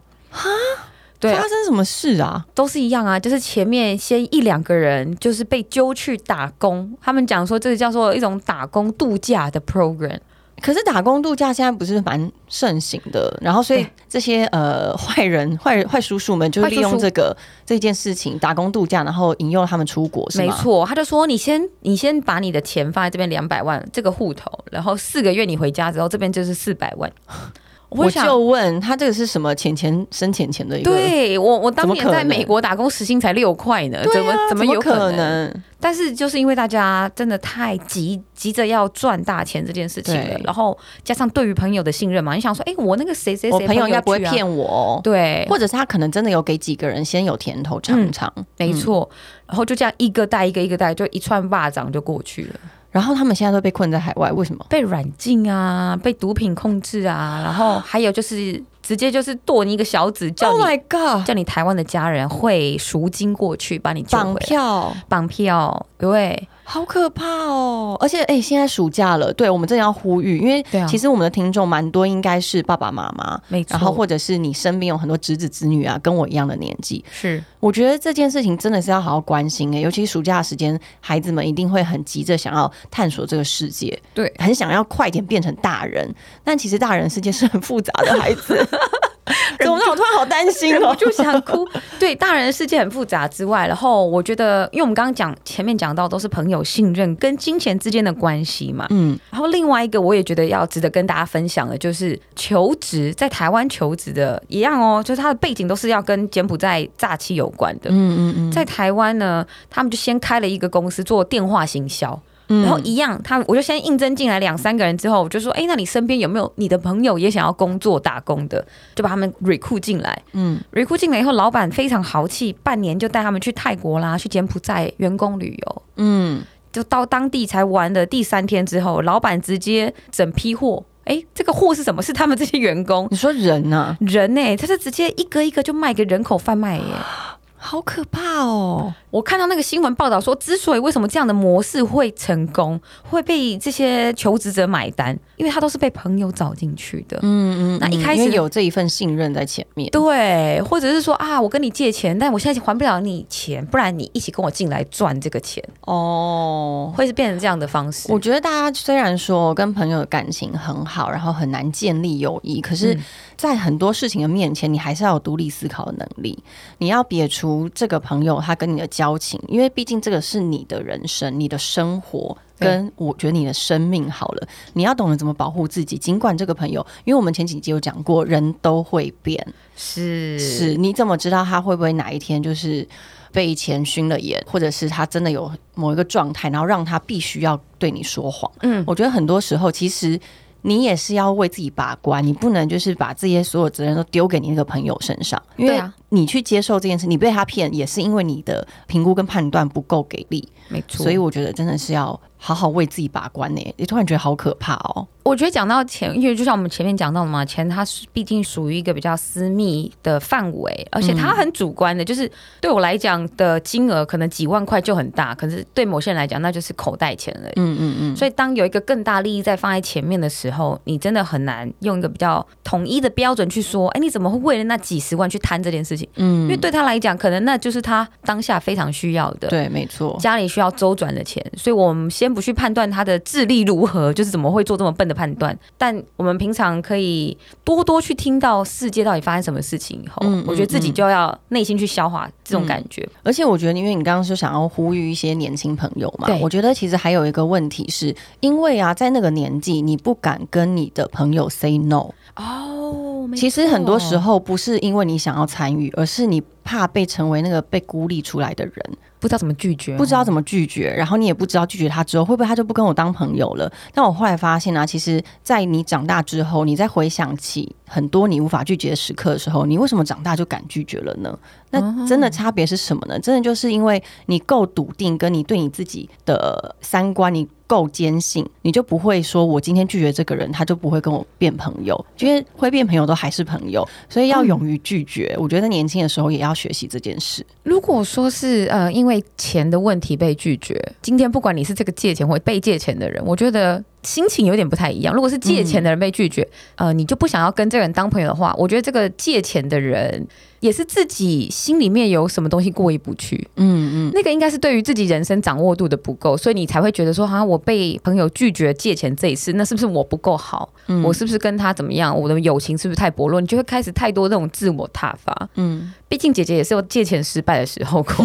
Speaker 4: 对啊
Speaker 3: 发生什么事啊？
Speaker 4: 都是一样啊，就是前面先一两个人就是被揪去打工，他们讲说这个叫做一种打工度假的 program，
Speaker 3: 可是打工度假现在不是蛮盛行的，然后所以
Speaker 4: 对
Speaker 3: 这些呃坏人、 <laughs> 坏坏叔叔们就
Speaker 4: 坏叔
Speaker 3: 利
Speaker 4: 叔
Speaker 3: 用这个这件事情打工度假，然后引诱他们出国，是
Speaker 4: 没
Speaker 3: 吗？
Speaker 4: 错，他就说你先你先把你的
Speaker 3: <laughs>
Speaker 4: 钱放在这边两百万这个户头，然后四个月你回家之后，这边就是四百万。我
Speaker 3: 我
Speaker 4: 想
Speaker 3: 就问他这个是什么钱钱生钱钱的一个？
Speaker 4: 对我，我当
Speaker 3: 怎么
Speaker 4: 年
Speaker 3: 可
Speaker 4: 在美
Speaker 3: 能
Speaker 4: 国打工，时薪才六块呢，怎么
Speaker 3: 啊
Speaker 4: 怎
Speaker 3: 怎
Speaker 4: 么有
Speaker 3: 可
Speaker 4: 可能？？但是就是因为大家真的太急急着要赚大钱这件事情了
Speaker 3: 对，
Speaker 4: 然后加上对于朋友的信任嘛，你想说，哎、我那个谁谁
Speaker 3: 我
Speaker 4: 谁
Speaker 3: 朋友应该不会
Speaker 4: 去啊
Speaker 3: 骗我哦，
Speaker 4: 对，
Speaker 3: 或者是他可能真的有给几个人先有甜头尝
Speaker 4: 嗯
Speaker 3: 尝，
Speaker 4: 没错，
Speaker 3: 嗯
Speaker 4: 然后就这样一个带一个，一个带，就一串蚂蚱就过去了，
Speaker 3: 然后他们现在都被困在海外，为什么？
Speaker 4: 被软禁啊，被毒品控制啊，然后还有就是直接就是剁你一个小指，叫
Speaker 3: Oh
Speaker 4: 你、
Speaker 3: god！
Speaker 4: 叫你台湾的家人汇赎金过去把你救回来
Speaker 3: 绑票，
Speaker 4: 绑票，对，
Speaker 3: 好可怕哦！而且，哎、现在暑假了，对我们真的要呼吁，因为
Speaker 4: 对啊
Speaker 3: 其实我们的听众蛮多，应该是爸爸妈妈，
Speaker 4: 没错，
Speaker 3: 然后或者是你身边有很多侄子侄女啊，跟我一样的年纪， <laughs>
Speaker 4: 是
Speaker 3: 我觉得这件事情真的是要好好关心诶、哎尤其暑假的时间，孩子们一定会很急着想要探索这个世界，
Speaker 4: 对
Speaker 3: 很想要快点变成大人。但其实大人世界是很复杂的，孩
Speaker 4: <laughs>
Speaker 3: 子，怎么让我突然好担心哦？
Speaker 4: 我就想哭。对，大人的世界很复杂之外，然后我觉得，因为我们刚刚讲前面讲到都是朋友信任跟金钱之间的关系嘛，
Speaker 3: <laughs> 嗯，
Speaker 4: 然后另外一个我也觉得要值得跟大家分享的，就是求职在台湾求职的一样哦，就是他的背景都是要跟柬埔寨诈欺有关的。
Speaker 3: 嗯嗯嗯，
Speaker 4: 在台湾呢，他们就先开了一个公司做电话行销，
Speaker 3: 嗯
Speaker 4: 然后一样，他我就先应征进来两三个人之后，我就说，哎、那你身边有没有你的朋友也想要工作打工的？就把他们 recruit 进来，
Speaker 3: 嗯
Speaker 4: recruit 进来以后，老板非常豪气，半年就带他们去泰国啦，去柬埔寨员工旅游。
Speaker 3: 嗯，
Speaker 4: 就到当地才玩的第三天之后，老板直接整批货，哎，这个货是什么？是他们这些员工
Speaker 3: 你说人啊呐、
Speaker 4: 人呢、他是直接一个一个就卖给人口贩卖耶、
Speaker 3: 好可怕哦！
Speaker 4: 我看到那个新闻报道说，之所以为什么这样的模式会成功，会被这些求职者买单，因为他都是被朋友找进去的。
Speaker 3: 嗯嗯，
Speaker 4: 那一开始
Speaker 3: 因为有这一份信任在前面，
Speaker 4: 对，或者是说啊，我跟你借钱，但我现在还不了你钱，不然你一起跟我进来赚这个钱，
Speaker 3: 哦。
Speaker 4: 会是变成这样的方式。
Speaker 3: 我觉得大家虽然说跟朋友的感情很好，然后很难建立友谊，可是
Speaker 4: 嗯，
Speaker 3: 在很多事情的面前，你还是要有独立思考的能力。你要撇除这个朋友他跟你的交情，因为毕竟这个是你的人生、你的生活，
Speaker 4: 对
Speaker 3: 跟我觉得你的生命好了，你要懂得怎么保护自己。尽管这个朋友，因为我们前几集有讲过，人都会变，
Speaker 4: 是
Speaker 3: 是你怎么知道他会不会哪一天就是被钱熏了眼，或者是他真的有某一个状态，然后让他必须要对你说谎？
Speaker 4: 嗯
Speaker 3: 我觉得很多时候其实。你也是要为自己把关，你不能就是把这些所有责任都丢给你那个朋友身上，因
Speaker 4: 对
Speaker 3: 为
Speaker 4: 啊
Speaker 3: 你去接受这件事，你被他骗也是因为你的评估跟判断不够给力，
Speaker 4: 没错。
Speaker 3: 所以我觉得真的是要好好为自己把关呢、你突然觉得好可怕哦，
Speaker 4: 我觉得讲到钱，因为就像我们前面讲到的嘛，钱它是毕竟属于一个比较私密的范围，而且它很主观的，就是对我来讲的金额可能几万块就很大，可是对某些人来讲那就是口袋钱了。
Speaker 3: 嗯嗯嗯，
Speaker 4: 所以，当有一个更大利益在放在前面的时候，你真的很难用一个比较统一的标准去说，哎，你怎么会为了那几十万去贪这件事情？
Speaker 3: 嗯，
Speaker 4: 因为对他来讲，可能那就是他当下非常需要的。
Speaker 3: 对，没错，
Speaker 4: 家里需要周转的钱，所以我们先不去判断他的智力如何，就是怎么会做这么笨的判断。但我们平常可以多多去听到世界到底发生什么事情以后，
Speaker 3: 嗯嗯
Speaker 4: 我觉得自己就要内心去消化这种感觉。
Speaker 3: 而且我觉得，因为你刚刚说想要呼吁一些年轻朋友嘛
Speaker 4: 对，
Speaker 3: 我觉得其实还有一个问题是，因为啊，在那个年纪，你不敢跟你的朋友 say no。
Speaker 4: 哦，
Speaker 3: 其实很多时候不是因为你想要参与，而是你怕被成为那个被孤立出来的人，
Speaker 4: 不知道怎么拒绝，啊
Speaker 3: 不知道怎么拒绝，然后你也不知道拒绝他之后会不会他就不跟我当朋友了。但我后来发现啊，其实，在你长大之后，你再回想起很多你无法拒绝的时刻的时候，你为什么长大就敢拒绝了呢？那真的差别是什么呢？真的就是因为你够笃定，跟你对你自己的三观你够坚信，你就不会说我今天拒绝这个人，他就不会跟我变朋友，因为会变朋友都还是朋友，所以要勇于拒绝。我觉得年轻的时候也要学习这件事。
Speaker 4: 如果说是呃因为钱的问题被拒绝，今天不管你是这个借钱或被借钱的人，我觉得心情有点不太一样。如果是借钱的人被拒绝，呃，你就不想要跟这个人当朋友的话，我觉得这个借钱的人也是自己心里面有什么东西过意不去，
Speaker 3: 嗯嗯。
Speaker 4: 那个应该是对于自己人生掌握度的不够，所以你才会觉得说，好、像我被朋友拒绝借钱这一次，那是不是我不够好？
Speaker 3: 嗯
Speaker 4: 我是不是跟他怎么样？我的友情是不是太薄弱？你就会开始太多那种自我挞伐。
Speaker 3: 嗯
Speaker 4: 毕竟姐姐也是有借钱失败的时候
Speaker 3: <laughs>
Speaker 4: 过，因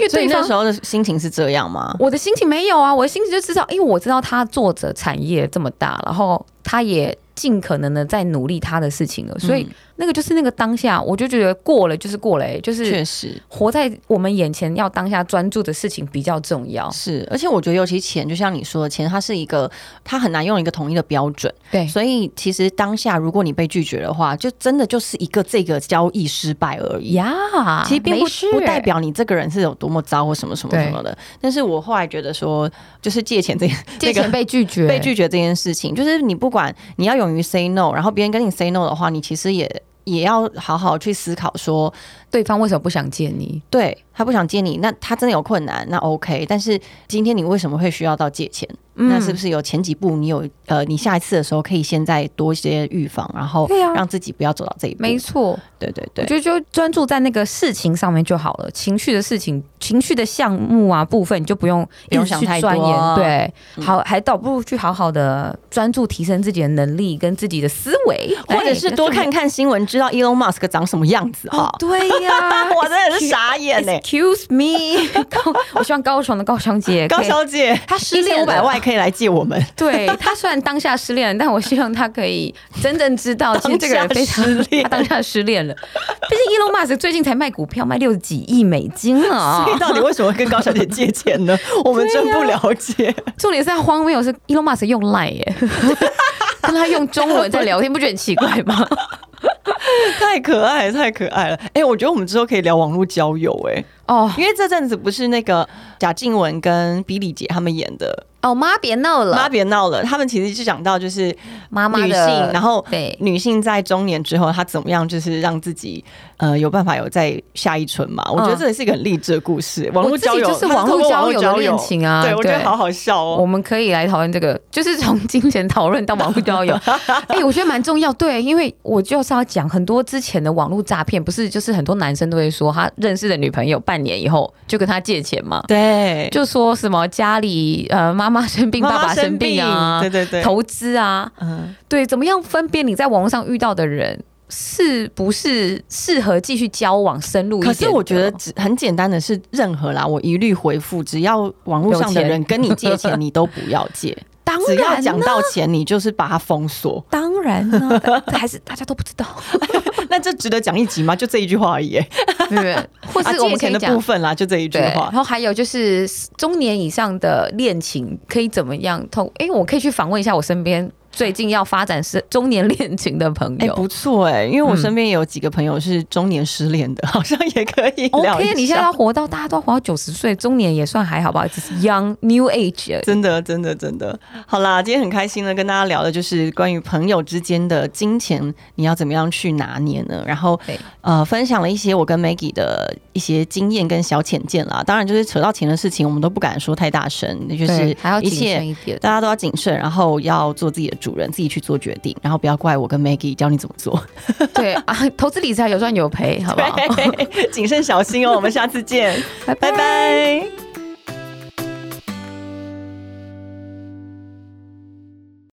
Speaker 4: 为
Speaker 3: 所以
Speaker 4: 对
Speaker 3: 那
Speaker 4: 方
Speaker 3: 时候的心情是这样吗？
Speaker 4: 我的心情没有啊，我的心情就知道，因为我知道他做着产业这么大，然后他也尽可能的在努力他的事情
Speaker 3: 嗯
Speaker 4: 了。所以那个就是那个当下，我就觉得过了就是过了、欸，就是
Speaker 3: 确实
Speaker 4: 活在我们眼前，要当下专注的事情比较重要。
Speaker 3: 是，而且我觉得，尤其钱，就像你说的，钱它是一个，它很难用一个统一的标准。
Speaker 4: 对
Speaker 3: 所以其实当下，如果你被拒绝的话，就真的就是一个这个交易失败而已。
Speaker 4: 呀，
Speaker 3: 其实并不
Speaker 4: 没事
Speaker 3: 不代表你这个人是有多么糟或什么什么什么的。但是我后来觉得说，就是借钱这件
Speaker 4: 借
Speaker 3: 这个
Speaker 4: 钱被拒绝，
Speaker 3: 被拒绝这件事情，就是你不管你要勇于 say no，然后别人跟你 say no 的话，你其实也也要好好去思考说，
Speaker 4: 对方为什么不想见你？
Speaker 3: 对他不想借你，那他真的有困难，那 OK。但是今天你为什么会需要到借钱？那
Speaker 4: 嗯
Speaker 3: 是不是有前几步你有呃，你下一次的时候可以现在多一些预防，然后
Speaker 4: 对啊
Speaker 3: 哦让自己不要走到这一步。
Speaker 4: 没错，
Speaker 3: 对对
Speaker 4: 我
Speaker 3: 对，
Speaker 4: 觉得就专注在那个事情上面就好了，情绪的事情、情绪的项目啊部分，你就不用
Speaker 3: 不用
Speaker 4: 一直去
Speaker 3: 想太
Speaker 4: 钻
Speaker 3: 多
Speaker 4: 研。对，好，还倒不如去好好的专注提升自己的能力跟自己的思维，
Speaker 3: 或者是多看看新闻，知道 Elon Musk 长什么样子
Speaker 4: 哦
Speaker 3: 哈。，
Speaker 4: 对 <laughs> 呀、
Speaker 3: 我真的是傻眼欸呢、
Speaker 4: Excuse me，高， <laughs> 我希望高雄的高雄姐可
Speaker 3: 高
Speaker 4: 以，
Speaker 3: 小姐，她
Speaker 4: 失恋了
Speaker 3: 五百万可以来借我 <laughs> 们。
Speaker 4: 对她虽然当下失恋了，但我希望她可以真正知 <laughs> 道，其实这个人非常
Speaker 3: 当下失恋
Speaker 4: 她当下失恋了。毕竟 Elon Musk 最近才卖股票卖六十几亿美金了 <laughs> 啊、
Speaker 3: 所以到底为什么跟高小姐借钱 <laughs> 呢？我们真不了解。
Speaker 4: 重点是他荒谬是 Elon Musk 用
Speaker 3: <laughs>
Speaker 4: Line 耶、跟他用中文在聊天，不觉得很奇怪吗？
Speaker 3: 太可爱了，太可爱了！哎、我觉得我们之后可以聊网络交友、哎，
Speaker 4: 哦
Speaker 3: <laughs> 因为这阵子不是那个贾静雯跟比利姐他们演的
Speaker 4: 哦，妈别闹
Speaker 3: 《妈
Speaker 4: 了，
Speaker 3: 别闹了》，他们其实就讲到就是
Speaker 4: 妈妈的
Speaker 3: 女性，然后
Speaker 4: 对
Speaker 3: 女性在中年之后，她怎么样就是让自己呃有办法有在下一春嘛？我觉得这也是一个很励志的故事。网络交友
Speaker 4: 嗯我自己就是网络交友的恋情啊
Speaker 3: 对我觉得
Speaker 4: 对
Speaker 3: 好好笑哦。
Speaker 4: 我们可以来讨论这个，就是从金钱讨论到网络
Speaker 3: <laughs>
Speaker 4: 交友。哎、我觉得蛮重要，对，因为我就是要讲很多之前的网络诈骗，不是就是很多男生都会说他认识的女朋友半年以后就跟他借钱嘛，
Speaker 3: 对，
Speaker 4: 就说什么家里呃妈妈生病、
Speaker 3: 妈
Speaker 4: 爸
Speaker 3: 妈
Speaker 4: 爸生病啊，
Speaker 3: 生病对对对
Speaker 4: 投资啊，
Speaker 3: 嗯，
Speaker 4: 对，怎么样分辨你在网络上遇到的人是不是适合继续交往深入一
Speaker 3: 可是
Speaker 4: 点？
Speaker 3: 我觉得，只很简单的是，任何啦，我一律回复，只要网络上的人跟你借钱，你都不要借。
Speaker 4: 当
Speaker 3: 只要
Speaker 4: 然
Speaker 3: 讲
Speaker 4: 呢，。
Speaker 3: 到钱，你就是把它封锁
Speaker 4: <laughs> 当然呢，但还是大家都不知道，
Speaker 3: 那这值得讲一集吗？就这一句话而已、欸。
Speaker 4: 对不对？或
Speaker 3: 啊
Speaker 4: 是我
Speaker 3: 借
Speaker 4: 们可
Speaker 3: 钱
Speaker 4: 以
Speaker 3: 的部
Speaker 4: 讲。
Speaker 3: 分啦，就这一句
Speaker 4: 对，然
Speaker 3: 话。
Speaker 4: 后还有就是中年以上的恋情可以怎么样透？哎，我可以去访问一下我身边最近要发展是中年恋情的朋
Speaker 3: 哎、
Speaker 4: 友。
Speaker 3: 不错哎、因为我身边也有几个朋友是中年失恋的， <laughs> 好像也可以聊
Speaker 4: OK，你
Speaker 3: 一
Speaker 4: 现
Speaker 3: 下。
Speaker 4: 在要活到大家都要活到九十岁，中年也算还好吧，只是 young new age 而已。
Speaker 3: 真的，真的，真的，好啦，今天很开心呢，跟大家聊的就是关于朋友之间的金钱，你要怎么样去拿捏呢？然后
Speaker 4: 对
Speaker 3: 呃，分享了一些我跟 Maggie 的一些经验跟小浅见啦。当然，就是扯到钱的事情，我们都不敢说太大声，那就是
Speaker 4: 对还要
Speaker 3: 一
Speaker 4: 谨
Speaker 3: 切
Speaker 4: 慎一点。
Speaker 3: 大家都要谨慎，然后要做自己的主人，自己去做决定，然后不要怪我跟 Maggie 教你怎么 <laughs> 做。
Speaker 4: 对啊，投资理财有赚有赔，好不好？
Speaker 3: <laughs> 谨慎小心哦，我们下次见，
Speaker 4: 拜
Speaker 3: 拜拜